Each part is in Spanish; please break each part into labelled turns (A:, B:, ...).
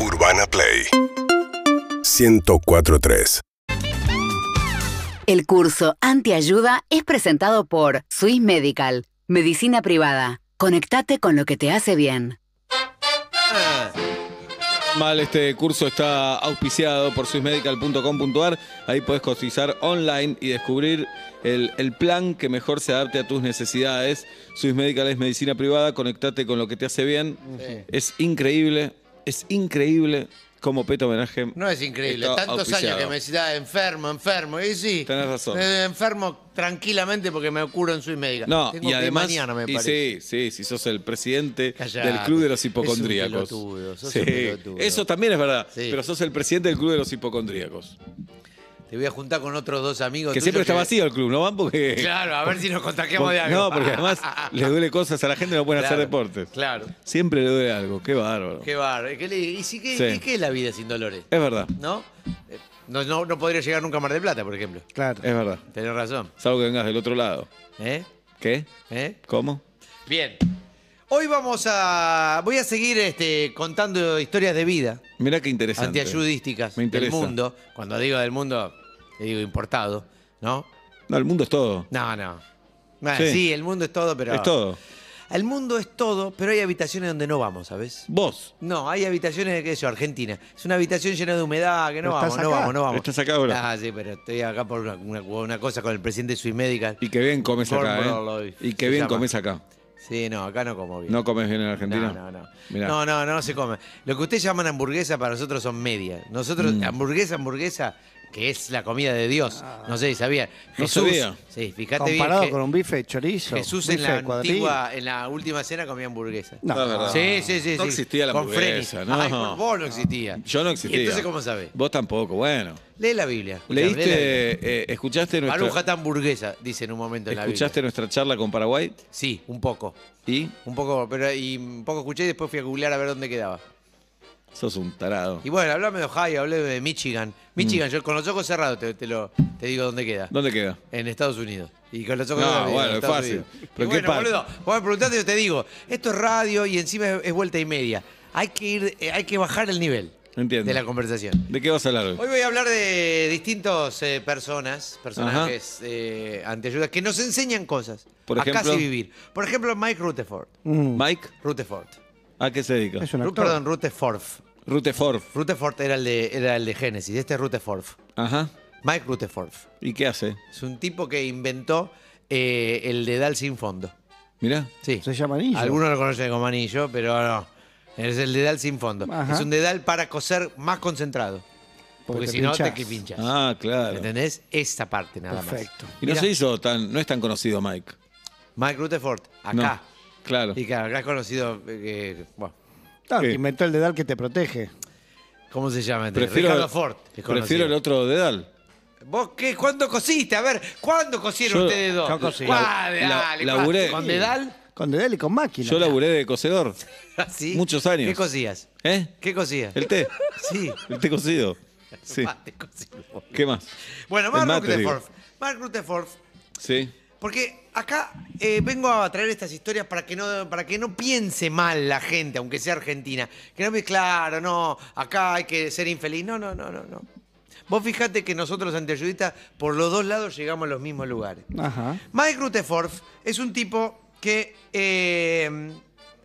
A: Urbana Play 1043.
B: El curso Antiayuda es presentado por Swiss Medical, Medicina Privada. Conectate con lo que te hace bien.
C: Mal, este curso está auspiciado por swissmedical.com.ar. Ahí puedes cotizar online y descubrir el, el plan que mejor se adapte a tus necesidades. Swiss Medical es medicina privada, conectate con lo que te hace bien.
D: Eh,
C: Es increíble, es increíble como peto homenaje.
D: No es increíble,
C: Está
D: tantos
C: auspiciado.
D: años que me decía enfermo, enfermo, y sí.
C: Tenés razón.
D: eh, enfermo tranquilamente porque me curo en Swiss Médica.
C: No,
D: Tengo
C: y
D: que ir
C: además.
D: mañana me
C: y
D: parece.
C: sí, sí, si sos el presidente
D: Callate.
C: del Club de los
D: Es un
C: Hipocondríacos.
D: pelotudo, sos
C: Sí,
D: un pelotudo.
C: Eso también es verdad,
D: Sí.
C: pero sos el presidente del Club de los Hipocondríacos.
D: Te voy a juntar con otros dos amigos.
C: Que
D: tuyos
C: siempre está vacío el club, ¿no van? Porque.
D: Claro, a ver si nos contagiamos de
C: Porque-
D: algo.
C: No, porque además le duele cosas a la gente, no pueden hacer
D: Claro,
C: deportes.
D: Claro.
C: Siempre le duele algo, qué bárbaro.
D: Qué bar. ¿Qué le- ¿Y si qué,
C: Sí.
D: qué- qué es la vida sin dolores?
C: Es verdad,
D: ¿No? Eh, No, no, no podría llegar nunca a Mar del Plata, por ejemplo.
E: Claro.
C: es verdad.
D: Tenés razón.
C: Salvo que vengas del otro lado.
D: ¿Eh?
C: ¿Qué?
D: ¿Eh?
C: ¿Cómo?
D: Bien. Hoy vamos a. Voy a seguir este, contando historias de vida
C: Mirá qué interesante.
D: antiayudísticas
C: Me
D: del
C: interesa.
D: mundo. Cuando digo del mundo, le digo importado, ¿no?
C: No, el mundo es todo.
D: No, no. Ah,
C: Sí.
D: sí. el mundo es todo, pero.
C: Es todo.
D: El mundo es todo, pero hay habitaciones donde no vamos, ¿sabes?
C: Vos.
D: No, hay habitaciones, qué sé yo, Argentina. Es una habitación llena de humedad, que no
E: Pero
D: vamos,
E: estás
D: no
E: acá.
D: vamos, no vamos.
C: Estás acá ahora.
D: Ah, sí, pero estoy acá por una, una- una cosa con el presidente de Suimedical.
C: Y que bien comes acá, ¿eh?
D: Formbroloy,
C: Y que
D: se
C: bien
D: llama.
C: comes acá.
D: Sí, no, acá no como bien.
C: ¿No comes bien en Argentina?
D: No, no, no.
C: Mirá.
D: No, no, no se come. Lo que ustedes llaman hamburguesa para nosotros son media. Nosotros,
E: Mm.
D: hamburguesa, hamburguesa, que es la comida de Dios. No sé si sabían.
C: No
D: Jesús,
C: sabía.
D: sí, fíjate
E: Ah. Comparado
D: bien. Je-
E: con un bife de chorizo.
D: Jesús
E: bife
D: en la
E: de cuadril.
D: antigua, en la última cena comía hamburguesa.
E: No.
C: No, es verdad.
D: Sí, sí, sí.
C: No
D: sí.
C: existía la
D: Con
C: hamburguesa,
D: Frenis.
C: no.
D: Ay, por vos no existía.
C: Yo no existía.
D: ¿Y entonces cómo sabés?
C: Vos tampoco, bueno.
D: Lee la Biblia. escuchame,
C: ¿Leíste,
D: lee la Biblia.
C: eh, escuchaste nuestra,
D: Barujata hamburguesa, dice en un momento en la Biblia.
C: escuchaste nuestra charla con Paraguay?
D: Sí, un poco.
C: Y
D: Un poco, pero y un poco escuché y después fui a googlear a ver dónde quedaba.
C: sos un tarado.
D: Y bueno, hablame de Ohio, hablame de Michigan.
C: Mm.
D: Michigan, yo con los ojos cerrados te, te lo, te digo dónde queda.
C: ¿Dónde queda?
D: En Estados Unidos. Y con los ojos
C: No,
D: cerrados. te digo,
C: bueno,
D: en
C: es
D: Estados
C: fácil.
D: Unidos.
C: Pero
D: Y
C: ¿qué
D: bueno,
C: parte?
D: boludo, vos me preguntaste y yo te digo, esto es radio y encima es, es vuelta y media. Hay que ir, eh, hay que bajar el nivel
C: Entiendo.
D: de la conversación.
C: ¿De qué vas a hablar hoy?
D: Hoy voy a hablar de distintos eh, personas, personajes eh, antiayudas que nos enseñan cosas
C: Por
D: a
C: ejemplo.
D: casi vivir. Por ejemplo, Mike Rutherford.
E: Mm,
C: Mike,
D: Rutherford.
C: ¿a qué se dedica?
E: es un
D: Ru-
E: actor.
D: Perdón, Rutherford.
C: Rutherford.
D: Rutherford era el de, era el de Génesis, este es Rutherford.
C: Ajá.
D: Mike Rutherford.
C: ¿Y qué hace?
D: Es un tipo que inventó eh, el dedal sin fondo.
C: Mirá.
D: Sí.
E: Se llama anillo.
D: Algunos lo conocen como anillo, pero no. Es el dedal sin fondo.
E: Ajá.
D: Es un dedal para coser más concentrado. Porque,
E: te
D: si no, te
E: pinchás.
D: que pinchas.
C: Ah, claro.
D: ¿Entendés? Esta parte nada
E: Perfecto.
D: más.
C: Y no
D: Mirá,
C: se hizo tan, no es tan conocido Mike.
D: Mike Rutherford,
C: No.
D: acá.
C: Claro.
D: Y claro, acá es conocido. eh, que- bueno,
E: Claro,
C: Sí.
E: inventó el dedal que te protege.
D: ¿Cómo se llama? este?
C: Prefiero,
D: Ricardo Ford. es
C: prefiero el
D: conocido.
C: otro dedal.
D: ¿Vos qué? ¿Cuándo cosiste? A ver, ¿cuándo cosieron
C: Yo-
D: ustedes dos?
E: yo cosí.
D: ¿Cuá-
C: La-
D: dale,
C: la-
D: cuá-
C: laburé.
D: ¿Con dedal?
E: Con dedal y con máquina.
C: Yo laburé de cocedor.
D: Así.
C: Muchos años.
D: ¿Qué cosías?
C: ¿Eh?
D: ¿Qué cosías?
C: El té.
D: Sí.
C: El té cocido. Sí.
D: Mate cocido.
C: ¿Qué más?
D: Bueno,
C: El
D: Mark
C: mate, digo.
D: Rutherford. Mark Rutherford.
C: Sí.
D: Porque acá eh, vengo a traer estas historias para que no para que no piense mal la gente, aunque sea argentina. Que no piense, claro, no, acá hay que ser infeliz. No, no, no, no, no. Vos fijate que nosotros, anteayudistas, por los dos lados llegamos a los mismos lugares.
E: Ajá.
D: Mike Rutherford es un tipo que eh,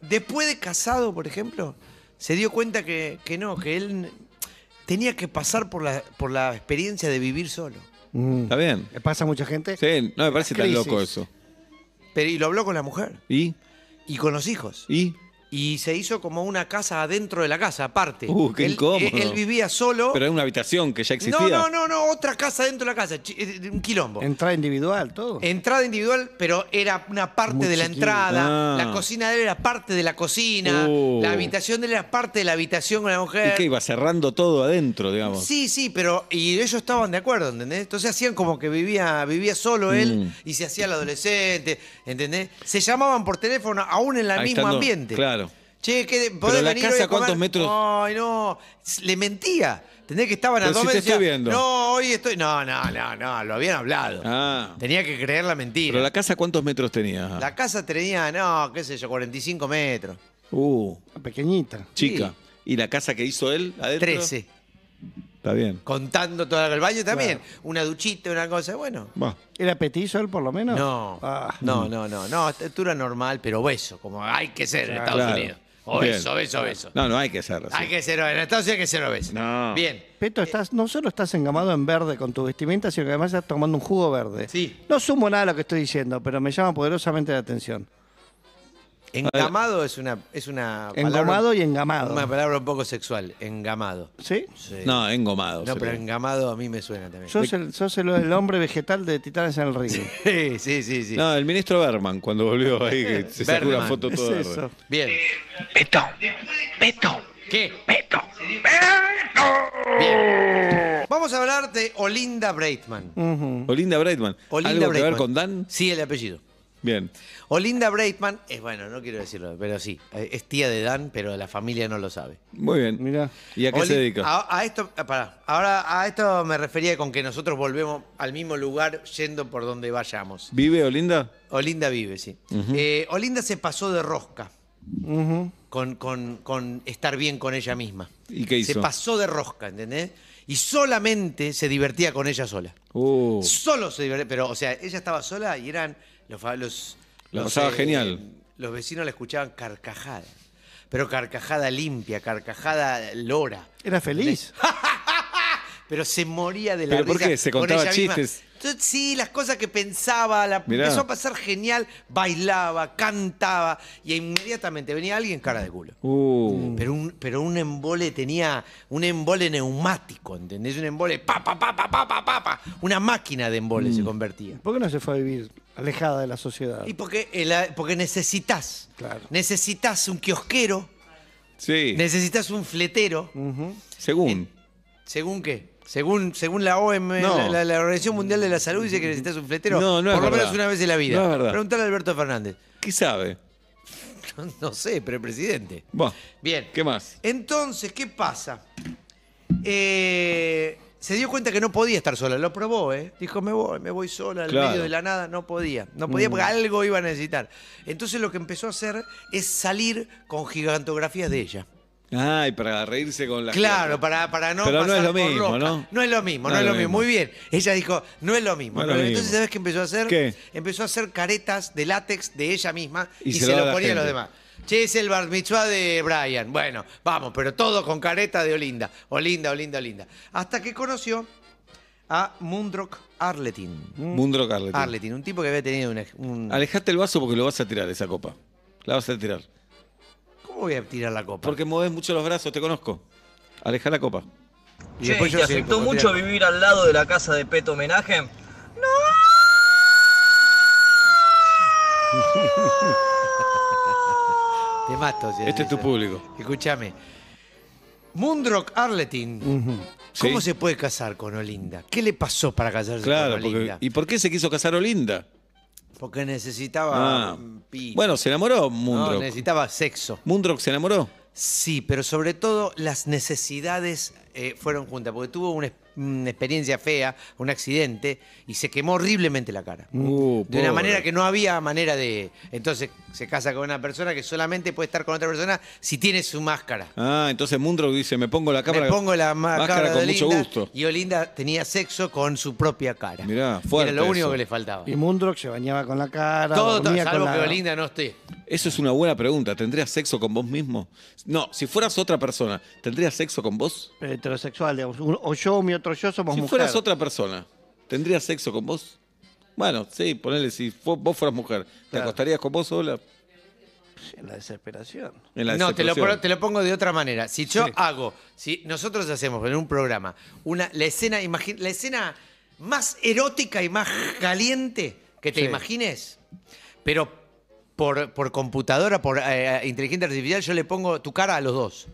D: después de casado, por ejemplo, se dio cuenta que, que no, que él tenía que pasar por la, por la experiencia de vivir solo.
E: Mm.
C: ¿Está bien?
E: Le pasa a mucha gente.
C: Sí, no me parece tan
E: crisis.
C: loco eso.
D: Pero, y lo habló con la mujer
C: ¿Y?
D: y con los hijos.
C: ¿Y?
D: Y se hizo como una casa adentro de la casa, aparte.
C: Uh, qué
D: él,
C: incómodo.
D: Él, él vivía solo.
C: Pero era una habitación que ya existía.
D: no, no, no, no, otra casa dentro de la casa, chi- eh, un quilombo.
E: Entrada individual, todo.
D: Entrada individual, pero era una parte
E: Muy
D: de la
E: chiquito.
D: entrada.
C: Ah.
D: La cocina de él era parte de la cocina.
C: Oh.
D: La habitación de él era parte de la habitación con la mujer.
C: ¿Y qué? Iba cerrando todo adentro, digamos.
D: eh, Sí, sí, pero. Y ellos estaban de acuerdo, ¿entendés? Entonces hacían como que vivía, vivía solo él
C: Mm.
D: y se hacía el adolescente, ¿entendés? Se llamaban por teléfono aún en el
C: Ahí
D: mismo
C: estando-
D: ambiente.
C: claro.
D: Che, ¿qué, ¿podés
C: la
D: venir
C: casa,
D: hoy a comer?
C: ¿cuántos metros?
D: Ay, no. S- Le mentía. ¿Entendés que estaban
C: Pero
D: a dos
C: si te
D: metros y
C: estoy
D: decía,
C: viendo.
D: No, hoy estoy. No, no, no, no, lo habían hablado.
C: Ah.
D: Tenía que creer la mentira.
C: Pero la casa, ¿cuántos metros tenía?
D: La casa tenía, no, qué sé yo, 45 metros.
C: Uh,
E: Pequeñita.
C: chica.
D: Sí.
C: ¿Y la casa que hizo él adentro?
D: 13.
C: Está bien.
D: Contando todo el baño también. Una duchita, una cosa. Bueno.
C: Va.
E: ¿Era petizo él por lo menos?
D: No,
E: Ah.
D: no, no, no, no, estatura normal, pero obeso, como hay que ser en Estados
C: Claro.
D: Unidos. Oh, Obeso,
C: Bien.
D: obeso, obeso.
C: No, no hay que ser así.
D: Hay que ser obeso, en Estados Unidos hay que ser obeso.
C: No.
D: Bien.
E: Peto, estás, no solo estás engamado en verde con tu vestimenta, sino que además estás tomando un jugo verde.
D: Sí.
E: No sumo nada a lo que estoy diciendo, pero me llama poderosamente la atención.
D: Engamado es una, es una
E: Engomado y
D: palabra,
E: engamado.
D: una palabra un poco sexual, engamado.
E: ¿Sí?
D: Sí.
C: No, engomado.
D: No,
C: se
D: pero
C: le-
D: engamado a mí me suena también.
E: Sos el, sos el, el hombre vegetal de Titanes en el Río.
D: Sí, sí, sí, sí.
C: No, el ministro Berman, cuando volvió ahí, que se sacó una
D: Berman.
C: foto
E: es
C: toda.
E: eso.
D: Bien.
A: Beto, Beto,
D: ¿Qué?
A: Beto, Beto.
D: Bien. Vamos a hablar de Olinda Breitman.
E: Ujú.
C: Olinda Breitman.
D: Olinda
C: Mm. ¿Algo que ver
D: Breitman.
C: con Dan?
D: Sí, el apellido.
C: Bien.
D: Olinda Breitman es, bueno, no quiero decirlo, pero sí, eh, es tía de Dan, pero la familia no lo sabe.
C: Muy bien.
E: Mirá.
C: ¿Y a qué se
D: Oli-
C: dedica?
D: A, a esto, ah, pará. ahora a esto me refería con que nosotros volvemos al mismo lugar yendo por donde vayamos.
C: ¿Vive Olinda?
D: Olinda vive, sí. Eh, Olinda se pasó de rosca
E: Ujú.
D: con, con- con estar bien con ella misma.
C: ¿Y qué
D: Se
C: hizo?
D: pasó de rosca, ¿entendés? Y solamente se divertía con ella sola.
C: Uh,
D: Solo se divertía, pero, o sea, ella estaba sola y eran los... fa- los,
C: La
D: los, eh,
C: pasaba genial.
D: Los vecinos la escuchaban carcajada. Pero carcajada limpia, carcajada lora.
E: Era feliz.
D: pero se moría de la
C: ¿Pero por
D: risa
C: qué? ¿Se
D: con
C: contaba
D: ella misma.
C: chistes?
D: Entonces, Sí, las cosas que pensaba, la
C: Mirá.
D: empezó a pasar genial, bailaba, cantaba y inmediatamente venía alguien cara de culo. Mm.
C: uh.
D: Pero un, pero un embole tenía un embole neumático, ¿entendés? Un embole pa pa pa pa pa pa pa, pa. una máquina de embole
C: Mm.
D: se convertía.
E: ¿Por qué no se fue a vivir alejada de la sociedad?
D: Y porque el- porque necesitas.
E: Claro.
D: Necesitas un kiosquero,
C: Sí,
D: necesitas un fletero,
E: Ujú.
C: según.
D: ¿Según qué? Según, según la OM,
C: No. Mm.
D: la, la- la Organización Mundial de la Salud dice que necesitas un fletero
C: No, no es
D: por lo
C: verdad.
D: menos una vez en la vida.
C: No es verdad.
D: Preguntale a Alberto Fernández.
C: ¿Qué sabe?
D: No, no sé, pero presidente.
C: Bueno,
D: Bien.
C: ¿qué más?
D: Entonces, ¿qué pasa? Eh, se dio cuenta que no podía estar sola, lo probó, ¿eh? Dijo, me voy, me voy sola, al
C: Claro. Mm.
D: medio de la nada, no podía, no podía porque algo iba a necesitar. Entonces lo que empezó a hacer es salir con gigantografías de ella.
C: Ay, para reírse con la
D: Claro, para, para no
C: Pero no
D: pasar
C: es lo
D: por
C: mismo,
D: rosca.
C: ¿no?
D: No es lo mismo, no, es lo mismo. Muy bien. Ella dijo, no es lo
C: No
D: mismo.
C: es lo
D: Pero
C: mismo.
D: Entonces, ¿sabes qué empezó a hacer?
C: ¿Qué?
D: Empezó a hacer caretas de látex de ella misma y,
C: Y se
D: se,
C: lo da
D: lo
C: a la
D: ponía a los
C: gente.
D: demás. Che, es el bar mitzvah de Brian. Bueno, vamos, pero todo con careta de Olinda. Olinda, Olinda, Olinda. Hasta que conoció a Mundrock Arletin.
C: Mundro Carleton.
D: Arletin, un tipo que había tenido una- un...
C: Alejate el vaso porque lo vas a tirar esa copa. La vas a tirar.
D: ¿Cómo voy a tirar la copa?
C: Porque mueves mucho los brazos, te conozco. Aleja la copa.
D: Y
F: Che,
D: después
F: ¿y
D: yo
F: te
D: sé
F: afectó
D: cómo
F: mucho
D: tirar.
F: vivir al lado de la casa de Peto Homenaje?
D: Te mato. si
C: Este
D: haces
C: es tu
D: eso.
C: público.
D: Escúchame. Mundrock Arletin, ¿cómo
C: Sí.
D: se puede casar con Olinda? ¿Qué le pasó para casarse
C: Claro,
D: con
C: porque,
D: Olinda?
C: ¿y por qué se quiso casar Olinda?
D: Porque necesitaba
C: Ah.
D: mm, pi-
C: Bueno, se enamoró
D: No,
C: Mundrock.
D: necesitaba sexo.
C: Mundrock se enamoró.
D: Sí, pero sobre todo las necesidades eh, fueron juntas, porque tuvo una, es- una experiencia fea, un accidente, y se quemó horriblemente la cara.
C: Uh,
D: De una
C: pobre.
D: manera que no había manera de... Entonces se casa con una persona que solamente puede estar con otra persona si tiene su máscara.
C: Ah, entonces Mundrock dice, me pongo la cámara.
D: Me pongo la ma-
C: máscara
D: cara de
C: con
D: Olinda,
C: mucho gusto.
D: Y Olinda tenía sexo con su propia cara.
C: Mirá, fuerte
D: Era lo único
C: eso.
D: que le faltaba.
E: Y Mundrock se bañaba con la cara.
D: todo, todo,
E: dormía
D: salvo
E: con la-
D: que Olinda no esté.
C: Eso es una buena pregunta. ¿Tendrías sexo con vos mismo? No, si fueras otra persona, ¿tendrías sexo con vos?
E: Heterosexual, digamos. Un- o yo, mi otro yo somos
C: Si
E: mujer.
C: fueras otra persona, ¿tendrías sexo con vos? Bueno, sí, ponele, si fu- vos fueras mujer, ¿te
E: Claro.
C: acostarías con vos sola?
E: En la desesperación.
C: En la
D: No, te lo,
C: desesperación?
D: pro- te lo pongo de otra manera. Si yo
C: Sí.
D: hago, si nosotros hacemos en un programa una, la, escena, imagi- la escena más erótica y más caliente que te
E: Sí.
D: imagines, pero por, por computadora, por eh, inteligencia artificial, yo le pongo tu cara a los dos.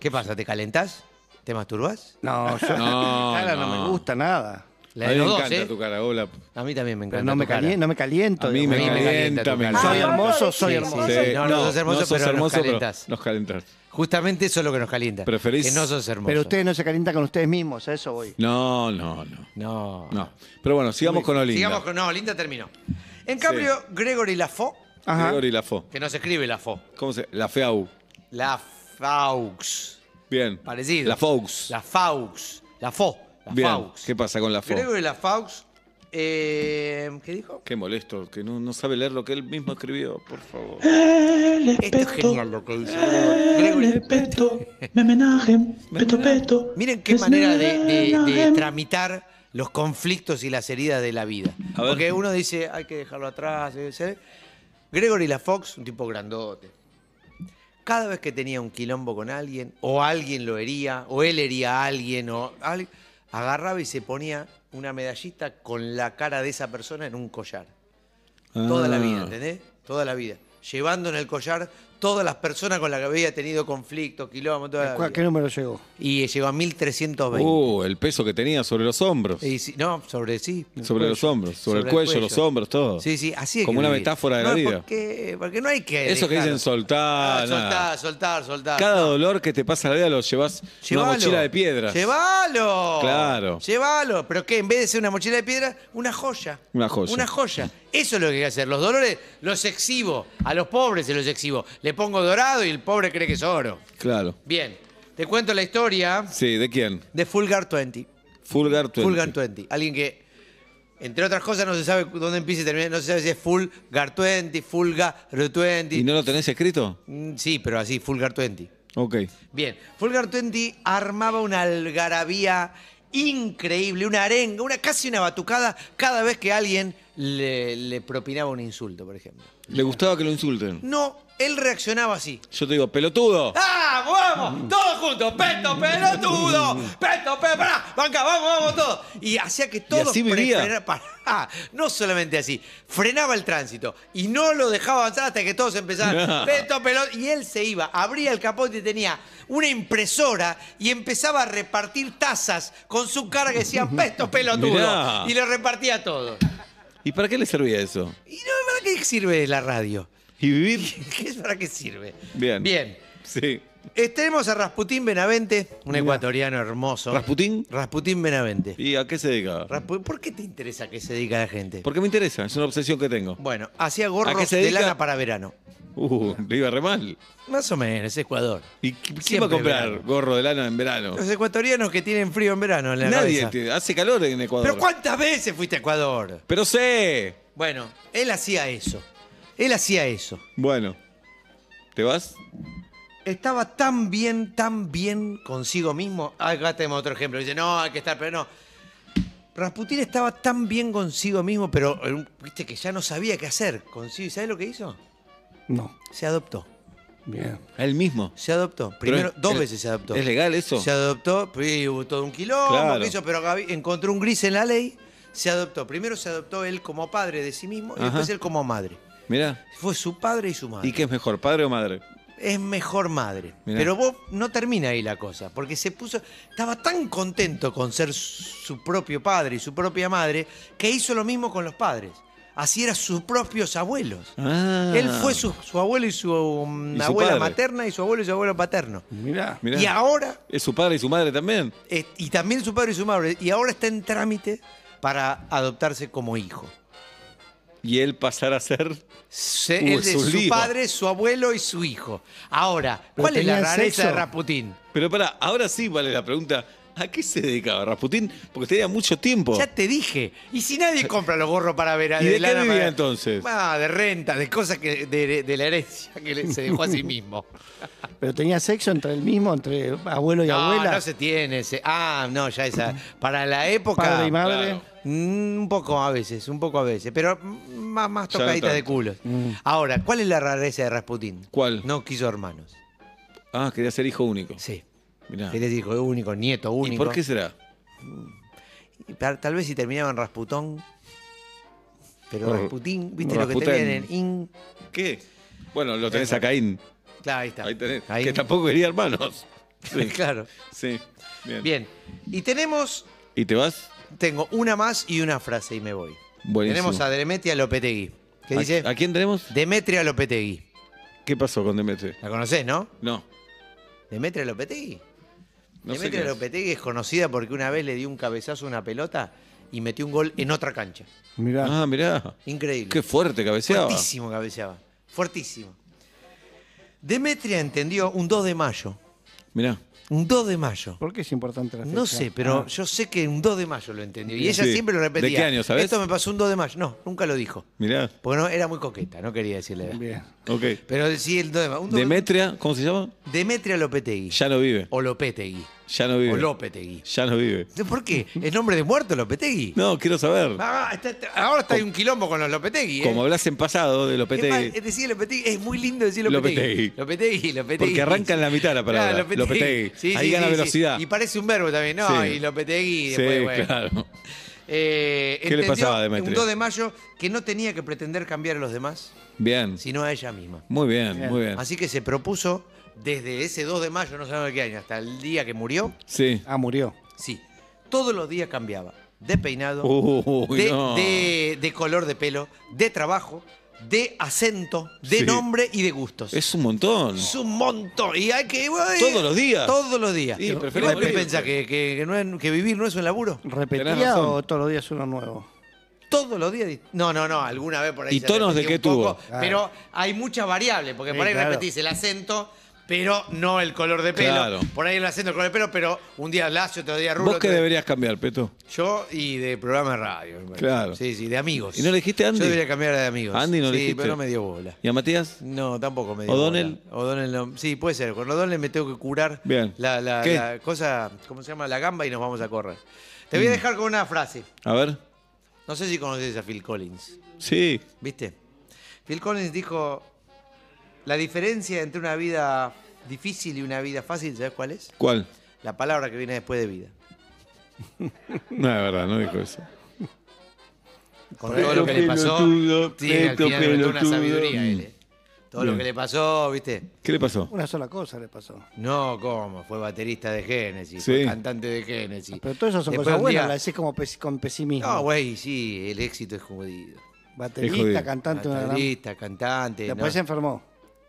D: ¿Qué pasa? ¿Te calentás? ¿Te masturbás?
E: No, yo
C: No,
E: cara no.
C: no.
E: me gusta nada.
D: La
C: a
D: de
C: mí me
D: los dos,
C: encanta
D: ¿eh?
C: tu cara, hola.
D: A mí también me
E: Pero
D: encanta.
E: no me,
D: tu cara.
E: calien- no me caliento.
C: A mí me
E: digamos.
D: A mí me
C: calienta,
D: calienta tu
C: me
D: cara.
E: Soy
C: encanta.
E: hermoso, soy
D: Sí,
E: hermoso.
D: sí, sí. No, no sos hermoso, pero nos calentás.
C: nos calentás.
D: Justamente eso es lo que nos calienta.
C: Preferís-
D: Que no sos hermoso.
E: Pero ustedes no se calientan con ustedes mismos, a eso voy.
C: No, no, no.
D: No.
C: No. Pero bueno, sigamos con Olinda.
D: Sigamos con. No, Linda terminó. En cambio, Gregory Lafo,
E: Ajá.
C: Gregory Lafo.
D: que no se escribe Lafo.
C: ¿Cómo se La Feau.
D: La Faux.
C: Bien.
D: Parecido.
C: La Fox.
D: La Faux. La Fo. La
C: Bien.
D: Faux.
C: ¿Qué pasa con la Fox?
D: Gregory La Faux. eh, ¿Qué dijo?
C: Qué molesto, que no, no sabe leer lo que él mismo escribió, por favor.
D: Esto es genial lo que hizo. Gregory.
G: Peto, me homenaje, peto, peto.
D: Miren qué manera de, de- de tramitar los conflictos y las heridas de la vida.
C: A ver.
D: Porque uno dice, hay que dejarlo atrás. eh, ¿sí? Gregory La Fox, un tipo grandote. Cada vez que tenía un quilombo con alguien, o alguien lo hería, o él hería a alguien, o al- agarraba y se ponía una medallita con la cara de esa persona en un collar. Toda
C: Ah.
D: la vida, ¿entendés? Toda la vida. Llevando en el collar todas las personas con las que había tenido conflictos, quilombos, toda la
E: ¿Cuál-
D: vida.
E: ¿Qué número llegó?
D: Y llegó a 1320.
C: Uh, el peso que tenía sobre los hombros.
D: Y si- no, sobre sí. el
C: Sobre
D: cuello.
C: los hombros, sobre el cuello, los hombros, todo.
D: Sí, sí, así es
C: Como
D: que
C: una
D: vivir.
C: metáfora de
D: No,
C: la vida.
D: Porque, porque no hay que.
C: Eso que
D: dejarlo.
C: dicen soltar,
D: Ah, soltar, soltar, soltar.
C: Cada dolor que te pasa en la vida lo llevas en una
D: Llévalo.
C: mochila de piedras.
D: ¡Llévalo!
C: Claro.
D: ¡Llévalo! Pero que en vez de ser una mochila de piedra, una joya.
C: Una joya.
D: Una joya. Eso es lo que hay que hacer. Los dolores los exhibo. A los pobres se los exhibo. Le pongo dorado y el pobre cree que es oro.
C: Claro.
D: Bien. Te cuento la historia
C: Sí, ¿de quién?
D: de Fulgar 20.
C: Fulgar 20.
D: Full Gartwenty. Alguien que, entre otras cosas, no se sabe dónde empieza y termina. No se sabe si es Full Gartwenty, Full Gartwenty.
C: ¿Y no lo tenés escrito?
D: Mm, Sí, pero así, Full Gartwenty.
C: Ok.
D: Bien, Full Gartwenty armaba una algarabía increíble, una arenga, una, casi una batucada cada vez que alguien le, le propinaba un insulto, por ejemplo.
C: ¿Le gustaba que lo insulten?
D: No, él reaccionaba así.
C: Yo te digo, pelotudo.
D: ¡Ah, vamos! Todos juntos, peto, pelotudo, peto, pe, pará, banca, vamos, vamos todos. Y hacía que todos
C: así vivía.
D: pre- frena- pará. no solamente así, frenaba el tránsito y no lo dejaba avanzar hasta que todos empezaban,
C: No.
D: peto, pelotudo, y él se iba, abría el capote y tenía una impresora y empezaba a repartir tazas con su cara que decían, peto, pelotudo,
C: Mirá.
D: y lo repartía a todos.
C: ¿Y para qué le servía eso?
D: ¿Y no, para qué sirve la radio?
C: ¿Y vivir?
D: ¿Qué- ¿Para qué sirve?
C: Bien.
D: Bien.
C: Sí.
D: Eh, Tenemos a Rasputín Benavente, un ecuatoriano hermoso.
C: ¿Rasputín?
D: Rasputín Benavente.
C: ¿Y a qué se dedicaba?
D: Raspu- ¿Por qué te interesa que se dedica la gente?
C: Porque me interesa, es una obsesión que tengo.
D: Bueno, hacía
C: ¿A qué
D: gorros
C: se
D: de
C: dedica?
D: lana para verano.
C: Uh, le iba re mal.
D: Más o menos, Ecuador.
C: ¿Y qui- quién va
D: Siempre
C: a comprar
D: verano.
C: gorro de lana en verano?
D: Los ecuatorianos que tienen frío en verano en la
C: Nadie.
D: cabeza.
C: te- hace calor en Ecuador.
D: ¿Pero cuántas veces fuiste a Ecuador?
C: Pero sé.
D: Bueno, él hacía eso. Él hacía eso.
C: Bueno. ¿Te vas?
D: estaba tan bien, tan bien consigo mismo. Acá tenemos otro ejemplo. Dice, no, hay que estar, pero no. Rasputín estaba tan bien consigo mismo, pero eh, viste que ya no sabía qué hacer consigo. ¿Y sabes lo que hizo?
E: No.
D: Se adoptó.
E: Bien.
C: A él mismo.
D: Se adoptó. Primero,
C: Pero es-
D: dos
C: es-
D: veces se adoptó.
C: ¿Es legal eso?
D: Se adoptó, pero ahí hubo todo un quilombo,
C: Claro.
D: qué sé yo, pero Gaby encontró un gris en la ley, se adoptó. Primero se adoptó él como padre de sí mismo y
C: Ajá.
D: después él como madre.
C: Mirá.
D: Fue su padre y su madre.
C: ¿Y qué es mejor, padre o madre?
D: es mejor madre.
C: Mirá.
D: Pero vos no termina ahí la cosa, porque se puso, estaba tan contento con ser su propio padre y su propia madre, que hizo lo mismo con los padres. Así eran sus propios abuelos.
C: Ah.
D: Él fue su, su abuelo y su, um,
C: Y su
D: abuela
C: padre.
D: materna y su abuelo y su abuelo paterno.
E: Mirá.
C: Mirá.
D: Y ahora,
C: ¿Es su padre y su madre también?
D: eh, y también su padre y su madre, y ahora está en trámite para adoptarse como hijo.
C: Y él pasar a ser.
D: Se-
C: Uh,
D: él de
C: es un
D: su
C: lío.
D: padre, su abuelo y su hijo. Ahora,
E: Pero
D: ¿cuál es la
E: tenían
D: rareza de
E: sexo.
D: Raputín?
C: Pero pará, ahora sí vale la pregunta. ¿A qué se dedicaba Rasputín? Porque tenía mucho tiempo.
D: Ya te dije. Y si nadie compra los gorros para ver
C: ¿Y de qué
D: lana
C: vivía
D: para-
C: entonces?
D: Ah, de renta, de cosas que de, de la herencia que le- se dejó a sí mismo.
E: Pero tenía sexo entre el mismo, entre abuelo y
D: no,
E: abuela.
D: no se tiene. se- Ah, no, ya esa. Para la época.
E: Padre y madre.
C: Claro.
D: Mm, Un poco a veces, un poco a veces, pero más, más
C: Ya no
D: tocadita de
C: tanto. Mm.
D: culos. Ahora, ¿cuál es la rareza de Rasputín?
C: ¿Cuál?
D: No quiso hermanos.
C: Ah, quería ser hijo único.
D: Sí.
C: Mirá.
D: Él es hijo único, nieto único.
C: ¿Y por qué será?
D: Y tal, tal vez si terminaban Rasputón. Pero
C: Por-
D: Rasputín, ¿viste lo que
C: Oh. Rasputén.
D: tenían en in?
C: ¿Qué? Bueno, lo tenés a Caín.
D: Claro, ahí está.
C: Ahí tenés.
D: Ahí.
C: Que tampoco quería hermanos. Sí.
D: claro.
C: Sí. Bien.
D: Bien. Y tenemos,
C: ¿Y te vas?
D: tengo una más y una frase y me voy.
C: Buenísimo.
D: Tenemos a Demetria Lopetegui. ¿Qué
C: ¿A-
D: dice?
C: ¿A, quién tenemos?
D: Demetria Lopetegui.
C: ¿Qué pasó con Demetri?
D: ¿La conocés, no?
C: No.
D: Demetria Lopetegui.
C: No sé
D: Demetria
C: qué es.
D: Lopetegui es conocida porque una vez le dio un cabezazo a una pelota y metió un gol en otra cancha.
E: Mirá.
C: Ah, mirá.
D: Increíble.
C: Qué fuerte cabeceaba.
D: Fuertísimo cabeceaba. Fuertísimo. Demetria entendió un 2 de mayo.
C: Mirá.
D: Un 2 de mayo.
E: ¿Por qué es importante la fecha?
D: No sé, pero
E: Ah,
D: yo sé que un 2 de mayo lo entendió. Y ella
C: Sí.
D: siempre lo
C: ¿De
D: repetía.
C: qué año, sabés?
D: Esto me pasó un 2 de mayo. No, nunca lo dijo.
C: Mirá.
D: Porque no, era muy coqueta, no quería decirle. la edad.
E: bien.
C: Ok.
D: Pero sí, el 2 de mayo. Un 2 de-
C: Demetria, ¿cómo se llama?
D: Demetria Lopetegui.
C: Ya no vive.
D: O Lopetegui.
C: Ya no
D: O
C: vive.
D: Lopetegui.
C: Ya no vive.
D: ¿Por qué? ¿El nombre de muerto Lopetegui?
C: No, quiero saber.
D: Ah, está- está- ahora está hay un quilombo con los Lopetegui. ¿eh?
C: Como hablas en pasado de
D: Es más,
C: Lopetegui.
D: Es decir, Lopetegui es muy lindo decir Lopetegui.
C: Lopetegui.
D: Lopetegui, eh, Lopetegui. Ah,
C: Porque arranca en la mitad la palabra.
D: Claro,
C: Lopetegui. Ahí gana velocidad.
D: Y parece un verbo también, ¿no?
C: Sí.
D: Y Lopetegui. y
C: Sí,
D: después, bueno.
C: claro.
D: Eh,
C: ¿Qué le
D: entendió
C: pasaba a Demetria?
D: Un 2 de mayo que no tenía que pretender cambiar a los demás,
C: Bien.
D: sino a ella misma.
C: Muy bien, muy bien.
D: Así que se propuso desde ese 2 de mayo, no sabemos de qué año, hasta el día que murió,
C: Sí.
E: Ah, murió.
D: sí. Todos los días cambiaba. De peinado,
C: Uy,
D: de,
C: no.
D: de- de color de pelo, de trabajo, de acento, de
C: Sí.
D: nombre y de gustos.
C: Es un montón.
D: Es un montón. Y hay que. güey,
C: Todos los días.
D: Todos los días.
C: Sí,
D: ¿Y
C: prefiero
D: vos qué
C: morir.
D: pensás? Que, que- que no es- que vivir no es un laburo?
C: Tenés
E: ¿Repetía
C: razón.
E: o todos los días uno nuevo?
D: Todos los días. dist- No, no, no. Alguna vez por ahí.
C: ¿Y
D: se
C: tonos de
D: repetía
C: qué
D: un
C: tuvo?
D: poco, Pero hay muchas variables. Porque
E: Sí,
D: por ahí
E: claro.
D: repetís el acento. Pero no el color de pelo.
C: Claro.
D: Por ahí el acento, el color de pelo, pero un día lacio, otro día rubio.
C: Vos que
D: otro-
C: deberías cambiar, Peto.
D: Yo y de programa de radio. me parece.
C: Claro.
D: Sí, sí, de amigos.
C: ¿Y no le dijiste a Andy?
D: Yo debería cambiar de amigos.
C: Andy no
D: sí,
C: le dijiste.
D: pero no me dio bola.
C: ¿Y a Matías?
D: No, tampoco me dio
C: ¿O'Donnell?
D: bola. O'Donnell no. Sí, puede ser. Con O'Donnell me tengo que curar
C: Bien.
D: La, la-
C: ¿Qué?
D: la cosa, ¿cómo se llama? La gamba y nos vamos a correr. Te
C: Mm.
D: voy a dejar con una frase.
C: A ver.
D: No sé si conoces a Phil Collins.
C: Sí.
D: ¿Viste? Phil Collins dijo, la diferencia entre una vida difícil y una vida fácil, ¿sabes cuál es?
C: ¿Cuál?
D: La palabra que viene después de vida.
C: No, es verdad, no dijo eso.
D: Con todo lo que le pasó,
C: Pelotudo,
D: sí, al
C: peto,
D: final inventó una
C: pelotudo.
D: sabiduría él, eh. Todo lo
C: Bien.
D: que le pasó, ¿viste?
C: ¿Qué le pasó?
E: Una sola cosa le pasó.
D: No, ¿cómo? Fue baterista de Génesis,
C: Sí.
D: fue cantante de Génesis.
E: Pero todas esas son
D: Después
E: cosas
D: un
E: buenas,
D: día-
E: la decís como pesi- con pesimismo.
D: No, güey, sí, el éxito es jodido.
C: Es
E: Baterista,
C: jodido.
E: cantante, una gran...
D: Baterista, cantante.
E: Después
D: ¿no?
E: se enfermó.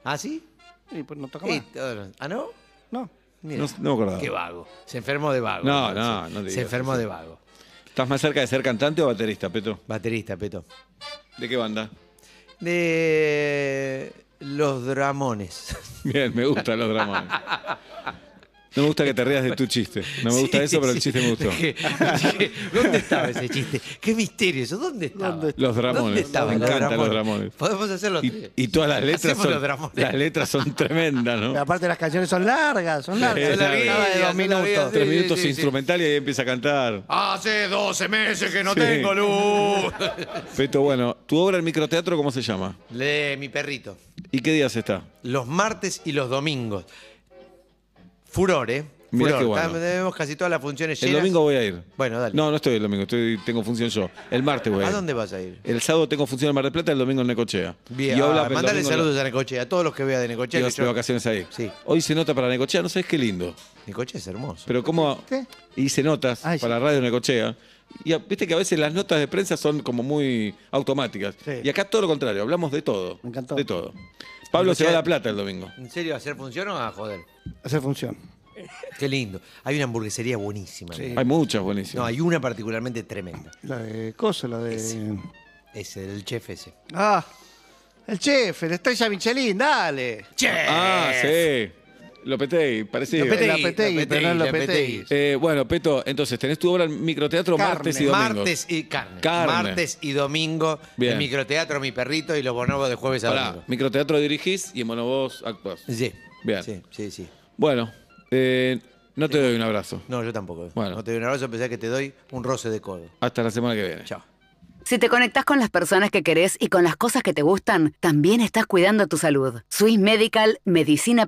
D: ¿Ah, sí?
E: Y pues no toca
D: Sí,
E: más.
D: todos los- ¿Ah, no?
E: No.
D: Mira,
C: No, no me acordaba.
D: qué vago. Se enfermó de vago.
C: No,
D: entonces.
C: no, no digas
D: Se enfermó
C: eso.
D: de vago.
C: ¿Estás más cerca de ser cantante o baterista, Peto?
D: Baterista, Peto.
C: ¿De qué banda?
D: De los dramones.
C: Bien, me gustan los dramas. No me gusta que te rías de tu chiste. No me gusta
D: Sí,
C: eso, pero el
D: sí.
C: chiste me gustó.
D: Dije, dije, ¿Dónde estaba ese chiste? Qué misterio eso, ¿dónde estaba?
E: ¿Dónde está?
C: Los
D: ¿Dónde
C: dramones.
D: estaba?
C: me encantan los dramones.
D: Podemos hacerlo.
C: Y, y todas las letras
D: Hacemos
C: son,
D: los dramones.
C: las letras son tremendas,
E: Pero
C: ¿no?
E: aparte las canciones son largas, son largas.
C: Sí,
E: Son
C: larguísimas,
E: largas, de dos
D: son larguísimas.
E: minutos.
C: Tres
D: sí,
C: minutos
D: sí, sí.
C: instrumental y ahí empieza a cantar.
D: Hace 12 meses que no
C: Sí.
D: tengo luz.
C: Peto, bueno, ¿tu obra en microteatro cómo se llama?
D: Le, mi perrito.
C: ¿Y qué días está?
D: Los martes y los domingos. Furor, ¿eh?
C: Mirá
D: Furor.
C: qué bueno.
D: Está- Tenemos casi todas las funciones
C: El
D: llenas.
C: domingo voy a ir.
D: Bueno, dale.
C: No, no estoy el domingo, estoy, tengo función yo. El martes voy a
D: ¿A
C: ir.
D: dónde vas a ir?
C: El sábado tengo función en Mar del Plata, el domingo en Necochea.
D: Bien.
C: Y
D: ah,
C: Oblap el
D: mandale
C: domingo
D: saludos a Necochea, a todos los que vea de
C: en- y
D: Necochea. que
C: vas de
D: yo-
C: vacaciones ahí.
D: Sí.
C: Hoy se nota para Necochea, no sabes qué lindo.
D: Necochea es hermoso.
C: Pero cómo
E: ¿Viste?
C: hice notas
E: Ay, sí.
C: para Radio Necochea. Y a- viste que a veces las notas de prensa son como muy automáticas.
E: Sí.
C: Y acá todo lo contrario, hablamos de todo.
E: Me encantó.
C: De todo. Pablo se va
D: Necochea-
C: a La Plata el domingo.
D: ¿En serio hacer función o a joder?
E: Hacer función.
D: Qué lindo. Hay una hamburguesería buenísima.
E: Sí.
D: amigo.
C: Hay muchas buenísimas.
D: No, hay una particularmente tremenda.
E: La de Cosa, la de.
D: Es el chef ese.
E: Ah. El chef, el estrella Michelin, dale.
D: ¡Chef!
C: Ah, sí. Lopetegui, parecido.
E: Lopetegui.
D: Lopetegui,
E: Lopetegui, pero no es Lopetegui.
C: Eh, bueno, Peto, entonces, tenés tu obra en microteatro
E: Carne.
C: martes y domingo.
D: Martes y carne.
C: Carne.
D: Martes y domingo.
C: Bien.
D: El microteatro, mi perrito y los bonobos de jueves a
C: Pará,
D: domingo.
C: microteatro dirigís y en monovos actuás.
D: Sí.
C: Bien.
D: Sí, sí, sí.
C: Bueno, eh, no te doy un abrazo.
D: No, yo tampoco.
C: Bueno.
D: No te doy un abrazo, pensé que te doy un roce de codo.
C: Hasta la semana que viene.
D: Chao.
B: Si te conectás con las personas que querés y con las cosas que te gustan, también estás cuidando tu salud. Swiss Medical, medicina...